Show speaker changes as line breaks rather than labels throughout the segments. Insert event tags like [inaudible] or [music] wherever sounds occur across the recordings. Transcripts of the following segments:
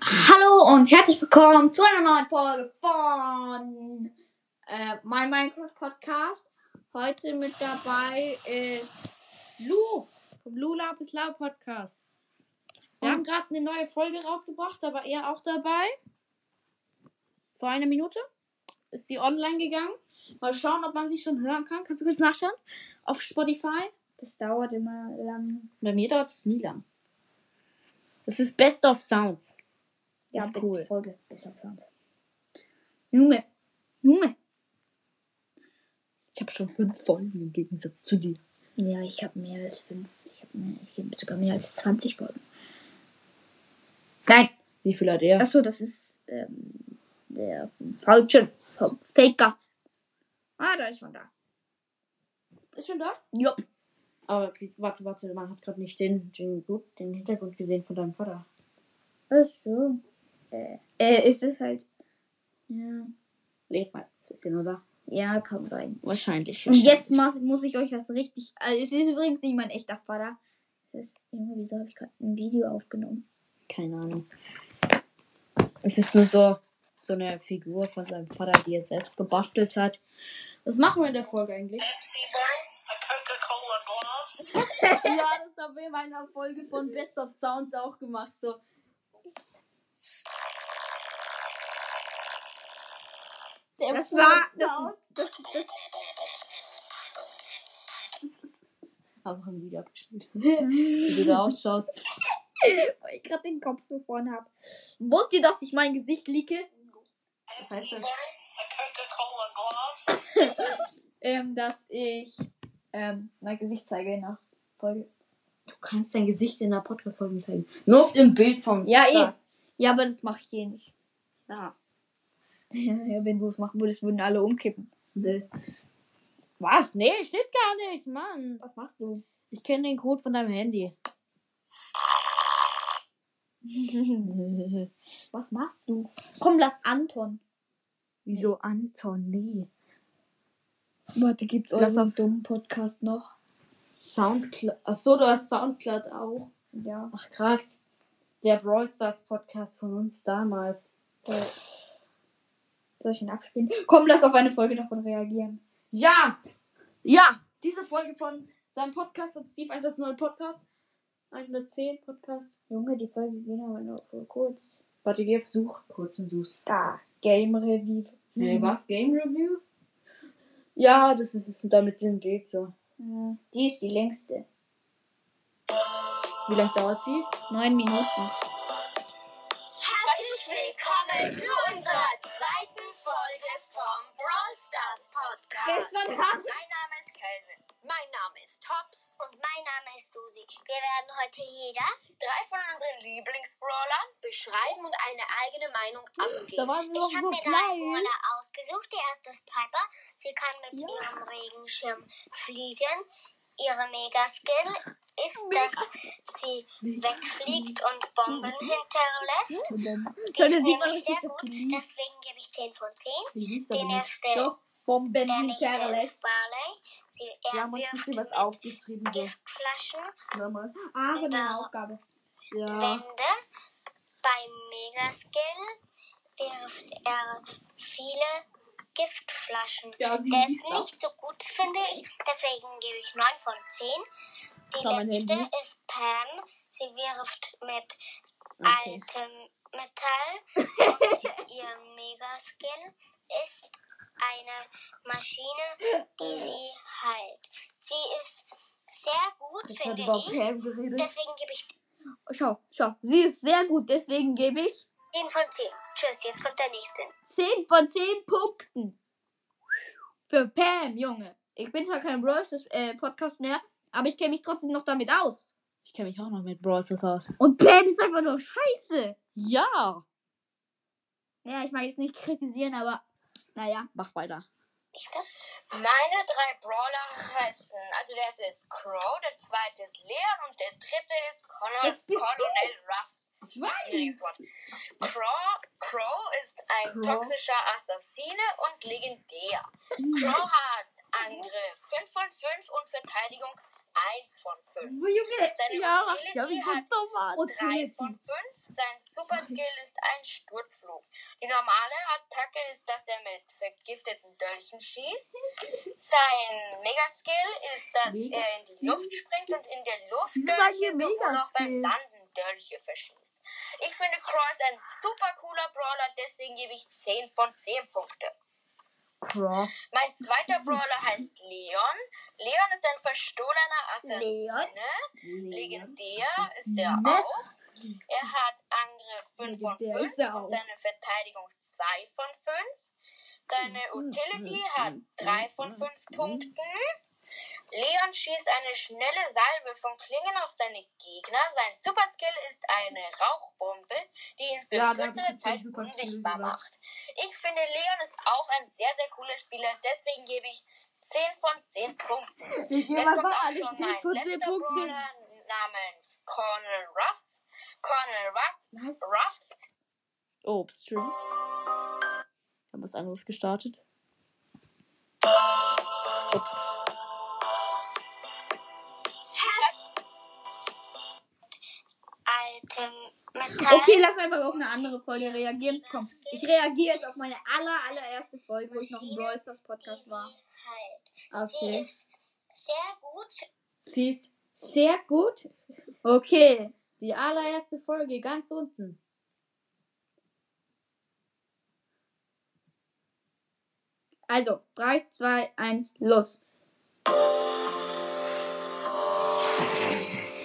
Hallo und herzlich willkommen zu einer neuen Folge von äh, My Minecraft Podcast. Heute mit dabei ist
Lu vom Lula bis Lau Podcast. Wir
Und-
haben gerade eine neue Folge rausgebracht, da war er auch dabei. Vor einer Minute ist sie online gegangen. Mal schauen, ob man sie schon hören kann. Kannst du kurz nachschauen? Auf Spotify.
Das dauert immer lang.
Bei mir dauert es nie lang. Das ist Best of Sounds.
Ja,
Ist
bitte
cool.
Folge. Besser fand. Junge. Junge.
Ich habe schon fünf Folgen im Gegensatz zu dir.
Ja, ich habe mehr als fünf. Ich habe hab sogar mehr als 20 Folgen. Nein.
Wie viel hat er?
Achso, das ist ähm, der vom Falschen. Vom Faker. Ah, da ist schon da.
Ist schon da?
Jupp.
Aber Chris, warte, warte, man hat gerade nicht den, den, gut, den Hintergrund gesehen von deinem Vater.
Ach so. Äh, äh, ist es halt. Ja,
Lebt meistens ein bisschen, oder?
ja kann sein.
Wahrscheinlich.
Und jetzt muss, muss ich euch was richtig. Also, es ist übrigens nicht mein echter Vater. Es ist. Junge, wieso habe ich gerade ein Video aufgenommen?
Keine Ahnung. Es ist nur so, so eine Figur von seinem Vater, die er selbst gebastelt hat. Was machen wir in der Folge eigentlich? ja, das haben wir in meiner Folge von Best of Sounds auch gemacht. So. Der
Das
Full
war- das-
Sound. Einfach ein Lied abgespielt. Wie du da ausschaust.
Weil ich gerade den Kopf so vorne habe. Wollt ihr, dass ich mein Gesicht liege?
Was heißt das?
Ähm, dass ich. Ähm, mein Gesicht zeige nach Folge.
Du kannst dein Gesicht in der Podcast-Folge nicht zeigen. Nur auf dem Bild vom
Ja,
Start.
eh. Ja, aber das mache ich eh nicht.
Ja.
[laughs] Ja, wenn du es machen würdest, würden alle umkippen.
Nee. Was? Nee, steht gar nicht, Mann.
Was machst du? [laughs]
Ich kenne den Code von deinem Handy. [laughs]
Was machst du? Komm, lass Anton.
Wieso Anton? Nee.
Warte, gibt's
Lass
euren
auf-
dummen Podcast noch?
Soundcloud. Achso, du hast Soundcloud auch.
Ja.
Ach krass. Der Brawl Stars Podcast von uns damals.
Äh, soll ich ihn abspielen? Komm, lass auf eine Folge davon reagieren.
Ja! Ja! Diese Folge von seinem Podcast von Steve 110 Podcast. 110 Podcast.
Junge, die Folge gehen aber nur voll kurz.
Warte, geh auf Such. Kurz und suchst.
Da. Game Review. Hm.
Nee, was? Game Review? Ja, das ist es da mit dem Bild so.
Ja, Die ist die längste.
Wie lange dauert die?
Neun Minuten.
Herzlich willkommen zu unserer zweiten Folge vom Brawl Stars Podcast.
Gestern Abend.
Mein Name ist Kelvin. Mein Name ist Tops. Und mein Name ist Susi. Wir werden heute jeder drei von unseren Lieblingsbrawlern beschreiben und eine eigene Meinung
Da
abgeben.
waren wir noch
Ich habe
so
mir drei
klein.
Brawler ausgesucht. Die erste ist Piper. Sie kann mit ihrem Regenschirm fliegen. Ihre Mega-Skill ist, dass sie wegfliegt und Bomben hinterlässt.
Schon
Die ist
sieht man
nämlich
richtig,
sehr
dass
gut,
sie lief.
Deswegen gebe ich 10 von 10.
Sie hieß
Die
aber nicht.
nächste,
Doch, Bomben
der nächste ist
hinterlässt.
Barley. Sie
Wir haben uns ein
erwirft
bisschen was also.
mit
aufgeschrieben so
Giftflaschen,
damals.
Ah, genau,
Ja.
Aufgabe.
Ja.
Wände. Beim Megaskill wirft er viele Giftflaschen.
Ja, sie
Der
hieß
ist
das.
nicht so gut, finde ich. Deswegen gebe ich 9 von 10.
Das war mein
Die letzte
Handy.
ist Pam. Sie wirft mit
Okay.
altem
[laughs]
Metall und ihr Megaskin ist eine Maschine,
[laughs]
die sie heilt. Sie ist sehr gut,
Ich habe
finde
über
ich.
Pam geredet.
Deswegen gebe ich
Schau, schau. Sie ist sehr gut, deswegen gebe ich
10 von 10. Tschüss, jetzt kommt der nächste.
10 von 10 Punkten. Für Pam, Junge. Ich bin zwar kein Bros äh, Podcast mehr, aber ich kenne mich trotzdem noch damit aus.
Ich kenne mich auch noch mit Brawl Stars aus.
Und Pam ist einfach nur scheiße.
Ja.
Naja, ich mag jetzt nicht kritisieren, aber naja.
Mach weiter.
Meine drei Brawler heißen, also der erste ist Crow, der zweite ist Leon und der dritte ist
Das bist Colonel
Ruffs.
Ich weiß.
Crow, Crow ist ein
Crow.
toxischer Assassine und
Hm.
legendär. Crow hat Angriff 5 von 5 und Verteidigung 1 von 5.
Junge,
Seine
ja,
Utility
ich hab mich so
hat
dumm an.
Und
3
Trinity.
von 5. Sein Super Skill ist ein Sturzflug. Die normale Attacke ist, dass er mit vergifteten Dolchen schießt. Sein Megaskill ist, dass er in die
Megaskill?
Luft springt und in der Luft
Wieso sagen wir
Dolche sowohl auch beim
Megaskill?
Landen Dolche verschießt. Ich finde Cross ein super cooler Brawler, deswegen gebe ich 10 von 10 Punkte.
Croc.
Mein zweiter Brawler heißt Leon. Leon ist ein verstohlener ne? Assassine. Legendär ist er
Assassine?
auch. Er hat Angriff 5 von
Legendär ist er
5 und
auch.
seine Verteidigung 2 von 5.
Hm,
Seine Utility hat 3 von 5 Punkten. Leon schießt eine schnelle Salve von Klingen auf seine Gegner. Sein Superskill ist eine Rauchbombe, die ihn für
Ja, da hab ich
kürzere
jetzt den
Zeit
Superskill
unsichtbar
gesagt.
macht. Ich finde, Leon ist auch ein sehr, sehr cooler Spieler. Deswegen gebe ich 10 von 10 Punkten.
Wir geben
Jetzt kommt
einfach
auch
alle
schon
10
mein
von 10
letzter
Punkte.
Brawler namens Cornel Ruffs. Cornel Ruffs,
Was?
Ruffs
Oh, true. Wir haben was anderes gestartet. Ups.
altem Metall.
Okay, lass einfach auf eine andere Folge reagieren. Komm, ich reagiere jetzt auf meine aller, allererste Folge, wo ich noch im Brawl Stars Podcast war.
Halt. Sie
Okay.
ist sehr gut.
Sie ist sehr gut.
Okay.
Die allererste Folge, ganz unten.
Also, 3, 2, 1, los.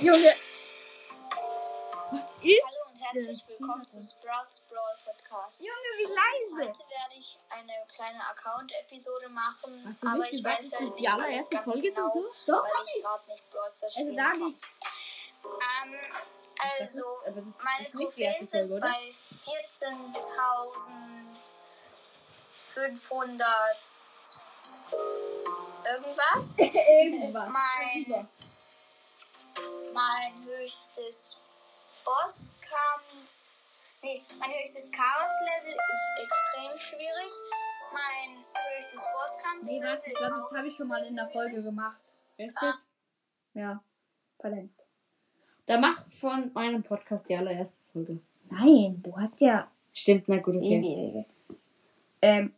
Junge,
Was ist?
Hallo und herzlich willkommen zu Sprouts Brawl Podcast.
Junge, wie leise.
Heute werde ich eine kleine Account-Episode machen.
Hast du nicht gesagt, dass
halt
das die allererste Folge ist und so?
Doch,
genau Weil ich gerade nicht Brawl Stars
also
spielen
da
kann.
die.
Ähm,
Das ist,
also,
aber das, das
meine
ist nicht die erste
Trophäen sind
Folge, oder?
bei 14.500
[laughs]
irgendwas.
Irgendwas.
Mein-
Irgendwas.
mein höchstes Bosskampf. Nee, mein höchstes Chaos-Level ist extrem schwierig. Mein höchstes Bosskampf.
Nee, warte, ich glaube, das habe ich schon mal in der Folge gemacht.
Echt
Ah.
jetzt?
Ja. Talent.
Dann mach von meinem Podcast die allererste Folge.
Nein, du hast ja
Stimmt, na gut, okay.
ewige. Ähm,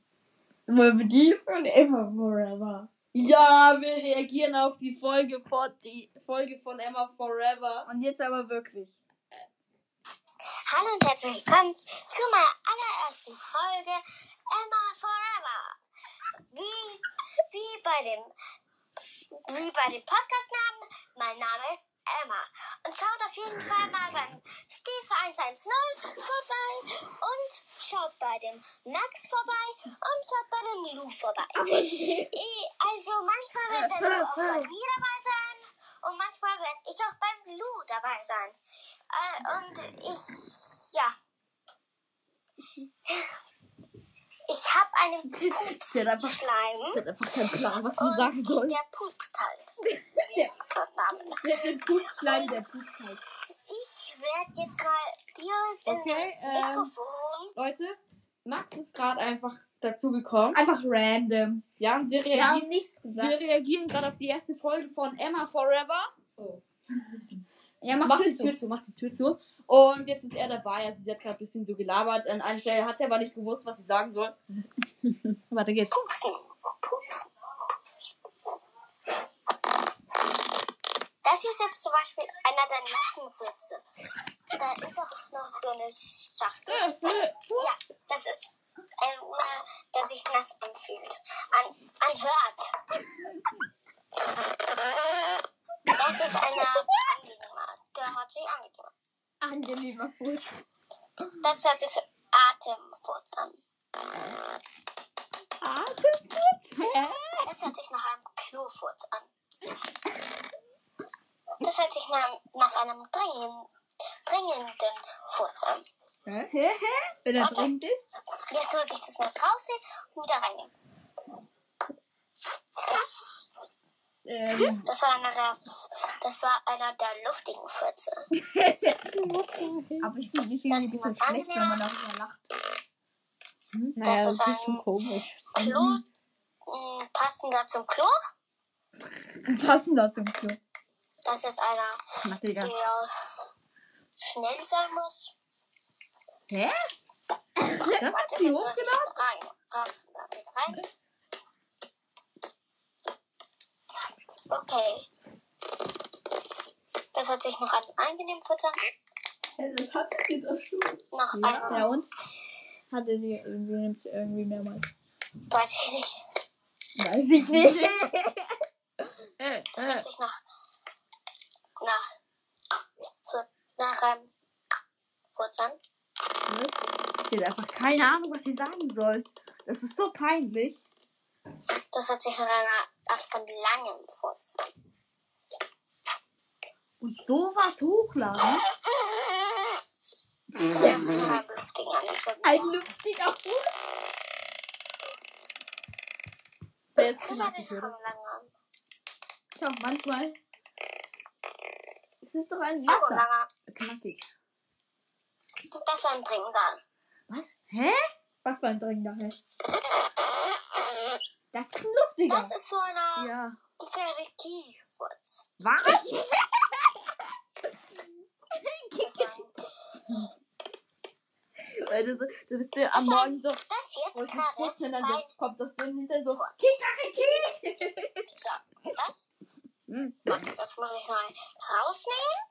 wollen wir die Folge immer forever?
Ja, wir reagieren auf die Folge von, die Folge von Emma Forever.
Und jetzt aber wirklich.
Hallo und herzlich willkommen zu meiner allerersten Folge Emma Forever. Wie, wie bei dem wie bei dem Podcastnamen, mein Name ist Emma. Und schaut auf jeden Fall mal beim Steve 110 vorbei und schaut bei dem Max vorbei und schaut bei dem Lou vorbei. Eh, Also manchmal wird der Lou auch bei mir dabei sein und manchmal werde ich auch beim Lou dabei sein. Äh, und ich, ja. Ich habe einen
Sie hat einfach,
Schleim
sie hat einfach keinen Plan, was sie sagen
und
soll.
der
[laughs]
putzt halt. Wie der Name
[laughs] Der hat den Putzlein, der putzt halt.
Ich werde jetzt mal direkt
Okay,
in das
ähm,
Mikrofon.
Leute, Max ist gerade einfach dazugekommen.
Einfach random.
Ja, und wir
Wir
reagieren,
haben nichts
wir
gesagt.
reagieren gerade auf die erste Folge von Emma Forever.
Ja,
Mach,
mach
die Tür
Tür zu.
zu, mach die Tür zu. Und jetzt ist er dabei. Also sie hat gerade ein bisschen so gelabert. An einer Stelle hat sie aber nicht gewusst, was sie sagen soll. [laughs] Warte, geht's.
Das hier ist jetzt zum Beispiel einer der Nackenwürze. Da ist auch noch so eine Schachtel. Ja, das ist ein Mal, der sich nass anfühlt. An, anhört. Das ist einer angenehmer. Der hört sich angenehmer.
Angenehmer Putz.
Das hört sich Atemfurz an. Das hört sich nach einem Klofurz an. Das hört sich nach, nach einem dringenden, dringenden Furz an.
Hä? Hä? Hä? Wenn er dringend ist?
Jetzt muss ich das nach rausnehmen und wieder reinnehmen.
Ähm,
Das war einer der, das war einer der luftigen Furze.
aber ich finde ich find ein
Das
bisschen
ist angenehmer.
schlecht, wenn man darüber lacht.
Naja, Hm? das ist schon
komisch.
Mhm.
Klo, mh, hm, passender zum Klo.
Passender zum Klo.
Das ist einer,
Mach, Digga.
der schnell sein muss.
Hä? Das hat sie
jetzt muss ich
hochgeladen?
Rein, raus, damit rein. Okay. Das hat sich noch an angenehm futtern.
Das hat sie doch schon.
Noch
Ja,
einmal.
ja und? Hatte sie, sie nimmt sie irgendwie mehrmals.
Weiß ich nicht.
Weiß ich nicht. äh,
Das hat sich nach. nach. fut- nach. ähm, futtern.
Sie hat einfach keine Ahnung, was sie sagen soll. Das ist so peinlich.
Das hat sich nach einer Art von langem futtern.
Und sowas hochladen.
Das ist ein Lüftdinger. nicht so
Ein
genau.
lüftiger Hund. Der ist
Immer den
knackig, oder?
Haaren lang an.
Schau, manchmal. Es ist doch ein
Oh,
Wasser.
langer.
Knackig.
Das war ein Dringender.
Was? Hä? Was für ein dringender Hä? Das ist ein luftiger.
Das ist so eine
Ja.
dicke Kiewurz.
[laughs] Was? Weil du, so, du bist ja am Morgen so.
Das jetzt
Wolltest
gerade.
furzen und dann so,
Nein.
kommt das so hinter so.
Furz. So, das,
Hm.
das muss ich mal rausnehmen.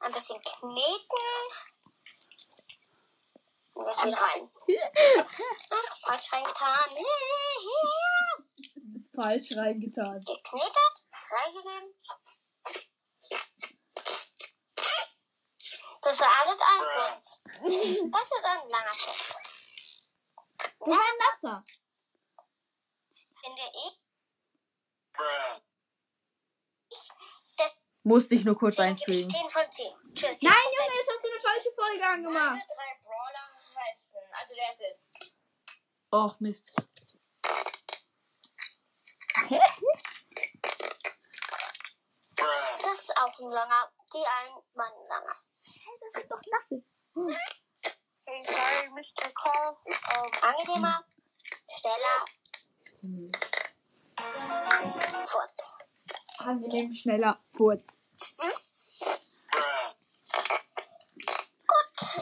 Ein bisschen kneten. Und das hier rein. Ach, falsch reingetan.
Das ist falsch [laughs] reingetan.
Geknetet, reingegeben. Das war alles ein Wurz. Das ist ein langer Schuss.
Das war ein nasser.
Finde ich.
Musste ich nur kurz
Dem gebe ich
einfügen.
10 von 10. Tschüss.
Nein, Junge, jetzt hast du eine falsche Folge angemacht.
drei Brawler heißen. Also der ist.
Och, Mist.
Das ist auch ein langer. Die ein Mann langer.
Das sind doch nasse.
Hey, sorry, Mr. Cole. Ähm, angenehmer, schneller, kurz.
Angenehm schneller. [laughs] Kurz.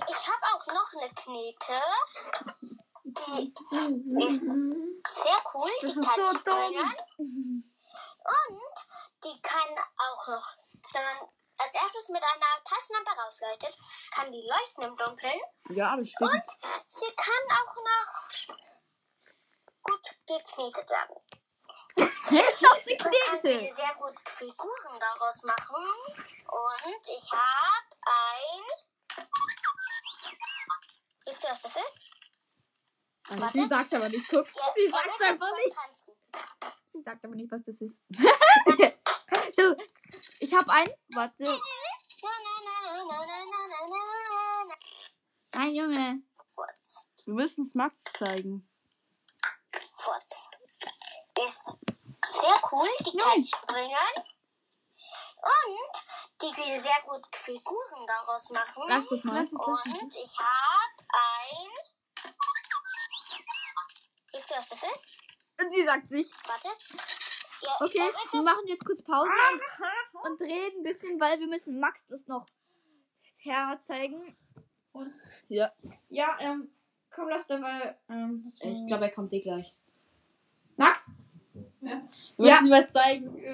Ich habe auch noch eine Knete. Die ist sehr cool.
Das
die
ist
kann
so
springen. Und die kann auch noch, wenn man als erstes mit einer Taschenlampe raufleuchtet, kann die leuchten im Dunkeln.
Ja, aber stimmt.
Sie kann auch noch gut geknetet werden.
Hier ist doch eine
Man kann
Knete.
sie sehr gut Figuren daraus machen. Und ich habe ein. Wisst ihr, was das ist?
Also, sie sagt aber nicht, guck.
Ihr-
Sie
ihr
sagt
wisst, was
einfach
beim
nicht.
Tanzen.
Sie sagt aber nicht, was das [laughs] ist. So, ich habe einen. Warte.
Na, na, na, na, na, na, na, na, na.
Nein, Junge.
Furz.
Wir müssen es Max zeigen.
Furz. Ist sehr cool. Die kann
Nein.
springen. Und die kann sehr gut Figuren daraus machen.
Lass es mal. Lass es, lass es.
Und ich habe ein. Wisst ihr, was das ist?
Und sie sagt sich,
Warte. Ja,
okay,
ich
wir
glaub,
machen jetzt kurz Pause
Ah.
und, und reden ein bisschen, weil wir müssen Max das noch herzeigen.
Ja, ähm, komm, lass dabei. Ähm,
Ich glaube, er kommt eh gleich.
Max?
Wir müssen ihm was zeigen. Wir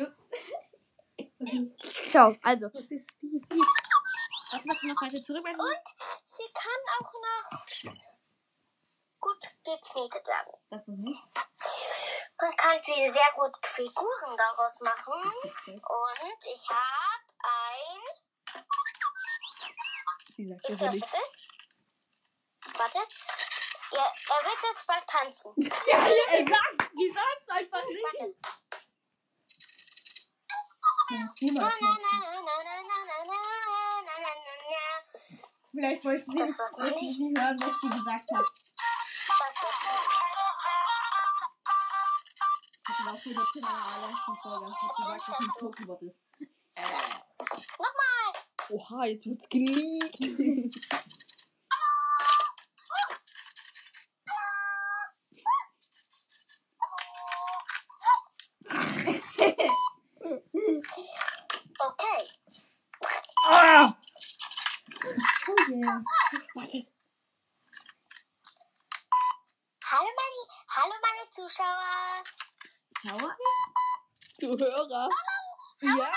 müssen- Schau, also.
Das ist Steve.
Warte, warte, noch weiter zurück. Warte.
Sie kann auch noch gut geknetet werden.
Das noch nicht.
Man kann viel sehr gut Figuren daraus machen. Und ich habe ein.
Sie sagt das
Wisst
ja
ihr, was
nicht.
das ist? Warte. Ja, er wird jetzt bald tanzen.
Ja, er sagt, sie sagt einfach nicht.
Warte. Na, na,
Vielleicht
na, na, na, na, na, na, na, na, na, na, na.
wollte sie,
Das war's noch
wollte
nicht.
sie nicht hören, was sie gesagt hat.
Das ist.
Ich war auch wieder zu meiner allerersten Folge. Ich hab gesagt, dass es ein Pokébot ist.
Äh. Nochmal.
Oha, jetzt wird's [laughs] geleakt.
Okay. Hallo meine, hallo meine Zuschauer.
Zuschauer? Zuhörer? Ja.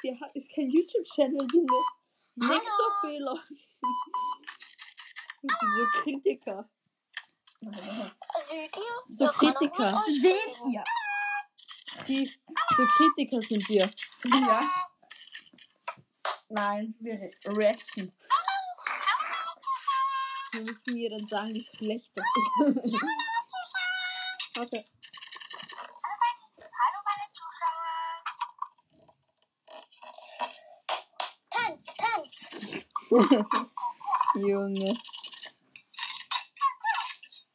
Sie hat, ist kein YouTube-Channel, Junge. Nächster Fehler. [laughs] Wir sind so Kritiker.
Seht ihr?
So
Wir können
Kritiker.
auch mit euch
Seht
reden.
ihr?
Die, so Kritiker sind wir.
Ja. Nein, wir re- reacten.
Wir müssen ihr dann sagen, wie schlecht das ist. [laughs] Warte.
Hallo meine Zuschauer. Tanz, tanz.
Junge.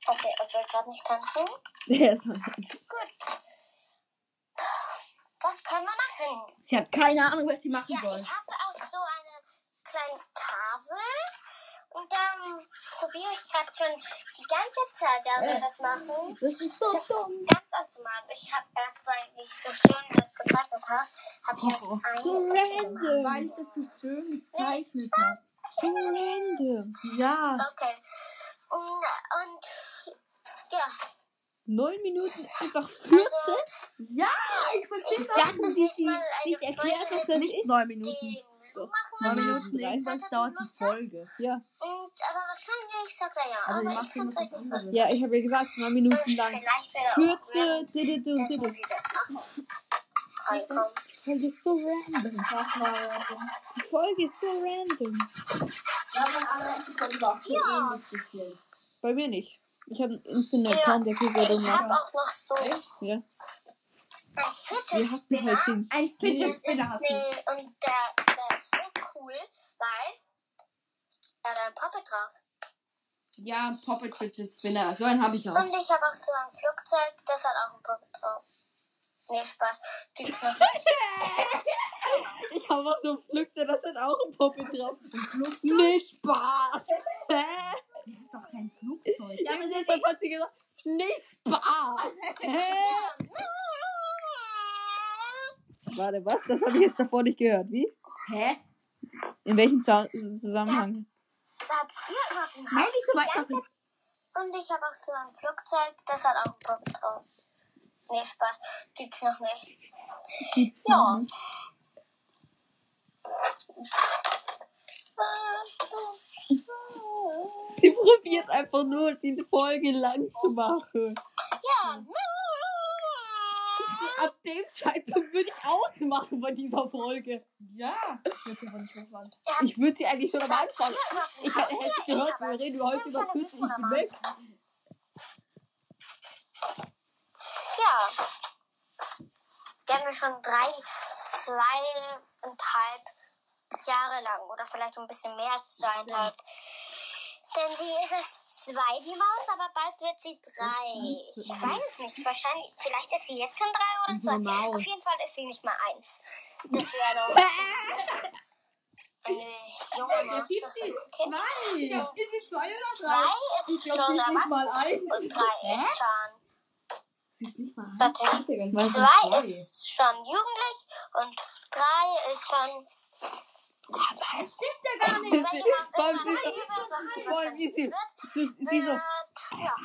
Okay, ich will gerade nicht tanzen.
Der ist ein
Gut. Was können wir machen?
Sie hat keine Ahnung, was sie machen
Ja,
soll.
ich habe auch so eine kleine Tafel. Und dann probiere ich gerade schon die ganze Zeit, ja, wir das machen.
Das ist so
Das
dumm.
ganz anzumalen. um Ich habe erst, weil ich so schön das gezeichnet habe, habe ich erst
Oh,
eine
so
Ecke
random.
gemacht.
Weil ich das so schön gezeichnet habe.
So random.
Ja.
Okay. Und, und ja,
9 Minuten, einfach
Also
14
also,
Ja, ich verstehe
Ich
das.
sag-
Sachen, die sie
mal eine
nicht erklärt, was das
Nicht
ist.
neun
den
Minuten.
machen wir
Neun
mal.
Minuten drei.
irgendwas dauert die Folge.
Ja,
Und, aber wahrscheinlich sagt er ja,
Aber die
aber ich
macht
kann es euch
irgendwas
nicht verstehen.
anderes.
ja ich habe ja gesagt, 9 Minuten lang.
Vielleicht wird er auch
Kürze,
merken,
didde und
dass
didde.
wir das machen. Reinkommen.
Das ist so random.
Was Also war random?
Die Folge ist so random.
Ja, mein anderer Freund war auch so ähnlich bisschen.
Bei mir nicht. Ich habe einen Instant-Account, der Chris hat
Ich habe
gemacht.
auch noch so ein
Ja. Wir
Fidget
hatten
Spinner.
halt den
Ein
Spinner.
Fidget-
Das ist
Spinner hatten.
eine, und der, der ist so cool, weil er hat ein Puppet drauf.
Ja, Poppet Fidget Spinner. So einen habe ich auch.
Und ich habe auch so ein Flugzeug, das hat auch ein Puppet drauf. Nee, Spaß. Gibt's noch [laughs] nicht.
Ich habe auch so einen Flügel, da sind auch ein Puppe drauf.
Flugzeug?
Nicht Spaß. Hä?
Doch kein Flugzeug.
Ja, aber deshalb hat sie gesagt, nicht
[laughs]
Spaß. Hä? Warte, was? Das habe ich jetzt davor nicht gehört. Wie?
Hä?
In welchem Za- Zusammenhang?
Da probiert man einen
Nein, nicht so weit. nach-
Und ich habe auch so ein Flugzeug, das hat auch einen Puppen drauf. Nee, Spaß. Gibt's noch nicht. Gibt's ja. noch nicht. Äh,
Sie probiert einfach nur, die Folge lang zu machen.
Ja.
So, Also ab dem Zeitpunkt würde ich ausmachen bei dieser Folge.
Ja. Ich will es aber nicht hochladen.
Ich würde sie eigentlich schon am Anfang. Ich hätte
Ja,
hätte gehört, wir reden heute über 40, ich bin weg.
Ja. Wir haben ja schon drei, zweieinhalb Jahre lang oder vielleicht ein bisschen mehr als zweieinhalb. Denn sie ist es zwei, die Maus, aber bald wird sie drei. Ich weiß es nicht. Wahrscheinlich, vielleicht ist sie jetzt schon drei oder zwei.
Unsere Maus.
Auf jeden Fall ist sie nicht mal eins. Das
[laughs]
wäre doch eine junge
Ja,
Maus.
gibt
das
sie
ist ein Kind.
zwei. Ist sie zwei oder drei?
Zwei ist
Ich glaub,
schon
sie ist nicht mal
erwachsen
eins.
und drei ist schon.
Sie ist nicht mal
Warte.
eins.
Zwei ist schon jugendlich und drei ist schon.
Das stimmt ja gar
Wenn die
nicht.
Maus
Vor allem
irgendwann
sie
drei
ist
wird, was
Voll
sie
wie
wahrscheinlich
sie.
wird,
Sie, sie so.
wird- ja,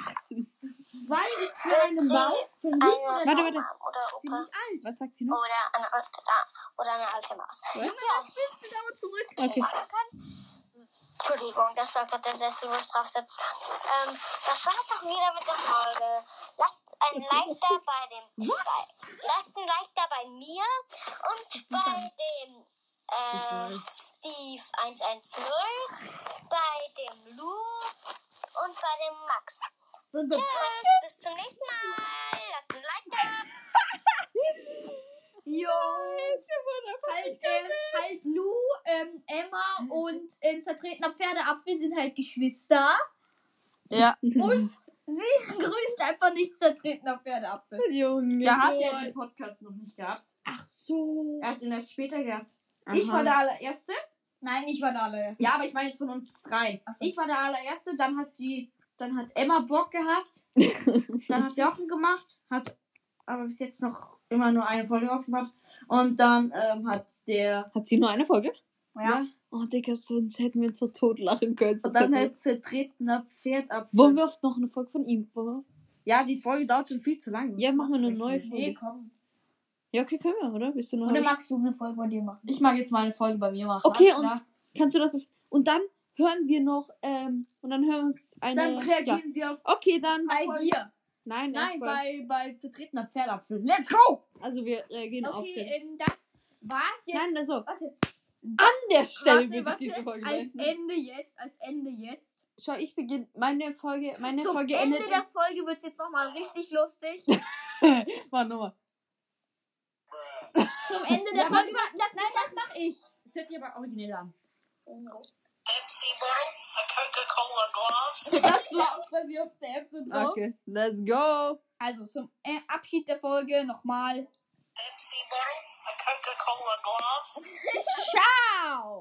Zwei ist für eine Maus. Für einen Riesen oder
Äh, eine
Warte,
eine Maus. Sie ist
warte.
Oma Oder Opa.
nicht alt.
Was sagt sie noch?
Oder eine alte, da- oder eine alte Maus.
Was?
Willst du da mal zurück?
Okay.
machen kann. Entschuldigung, das war gerade der Sessel, wo ich drauf sitze. Ähm, das war's auch wieder mit der Folge. Lasst ein Like da bei dem. Bei, lasst ein Like da bei mir und bei dem äh, Steve 110, bei dem Lou und bei dem Max.
Sind
Tschüss, bis zum nächsten Mal. Lasst ein Like da.
Jo. Halt,
äh,
ähm, halt Lou, ähm, Emma und ähm, zertretener Pferdeapfel sind halt Geschwister.
Ja.
Und sie
[laughs]
grüßt einfach nicht zertretener Pferdeapfel.
Junge.
Ja, hat
so
er den
ein-
Podcast noch nicht gehabt.
Oh.
Ach so.
Er hat ihn erst später gehabt.
Aha.
Ich war der allererste.
Nein, ich war da alle.
Ja, aber ich meine jetzt von uns drei.
Ach so.
Ich war der allererste, dann hat die, dann hat Emma
[laughs]
Bock gehabt. dann hat Jochen gemacht, hat aber bis jetzt noch immer nur eine Folge rausgemacht. Und dann ähm, hat der
Hat sie nur eine Folge?
Ja.
Oh, Digga, sonst hätten wir uns so totlachen können.
Und
Sonst
dann
hätten wir-
halt zertretener Pferdabfall.
Wollen wir oft noch eine Folge von ihm? Wollen
Ja, die Folge dauert schon viel zu lang.
wir? Ja, machen wir eine neue
Nee,
Folge.
komm.
Ja, okay, können wir, oder? Bist du noch
Oder magst du eine Folge bei dir machen?
Ich mag jetzt mal eine Folge bei mir machen.
Okay,
Alles
und-
klar.
Kannst du das? auf- Und dann hören wir noch, ähm, und dann hören wir uns eine.
dann reagieren wir auf.
Ja. Okay, dann.
Bei dir.
Nein, nein,
Nein, bei, bei zertretener Pferdapfel. Let's go!
Also wir reagieren auf
Okay,
den.
ähm, das war's jetzt.
Nein, also.
Warte.
An der Stelle
Warte,
wird es
warte,
diese Folge
Als
beenden.
Ende jetzt, als Ende jetzt.
Schau, ich beginne. Meine Folge, meine
Zum
Folge
Ende
endet.
der Folge wird's jetzt nochmal richtig [laughs] lustig.
in- Warte nochmal.
Zum Ende der Folge. war- Das, nein, das mach ich.
Das hört sich aber originell an. Das war auch bei mir auf der App und so.
Okay, let's go.
Also zum äh, Abschied der Folge nochmal. Ciao!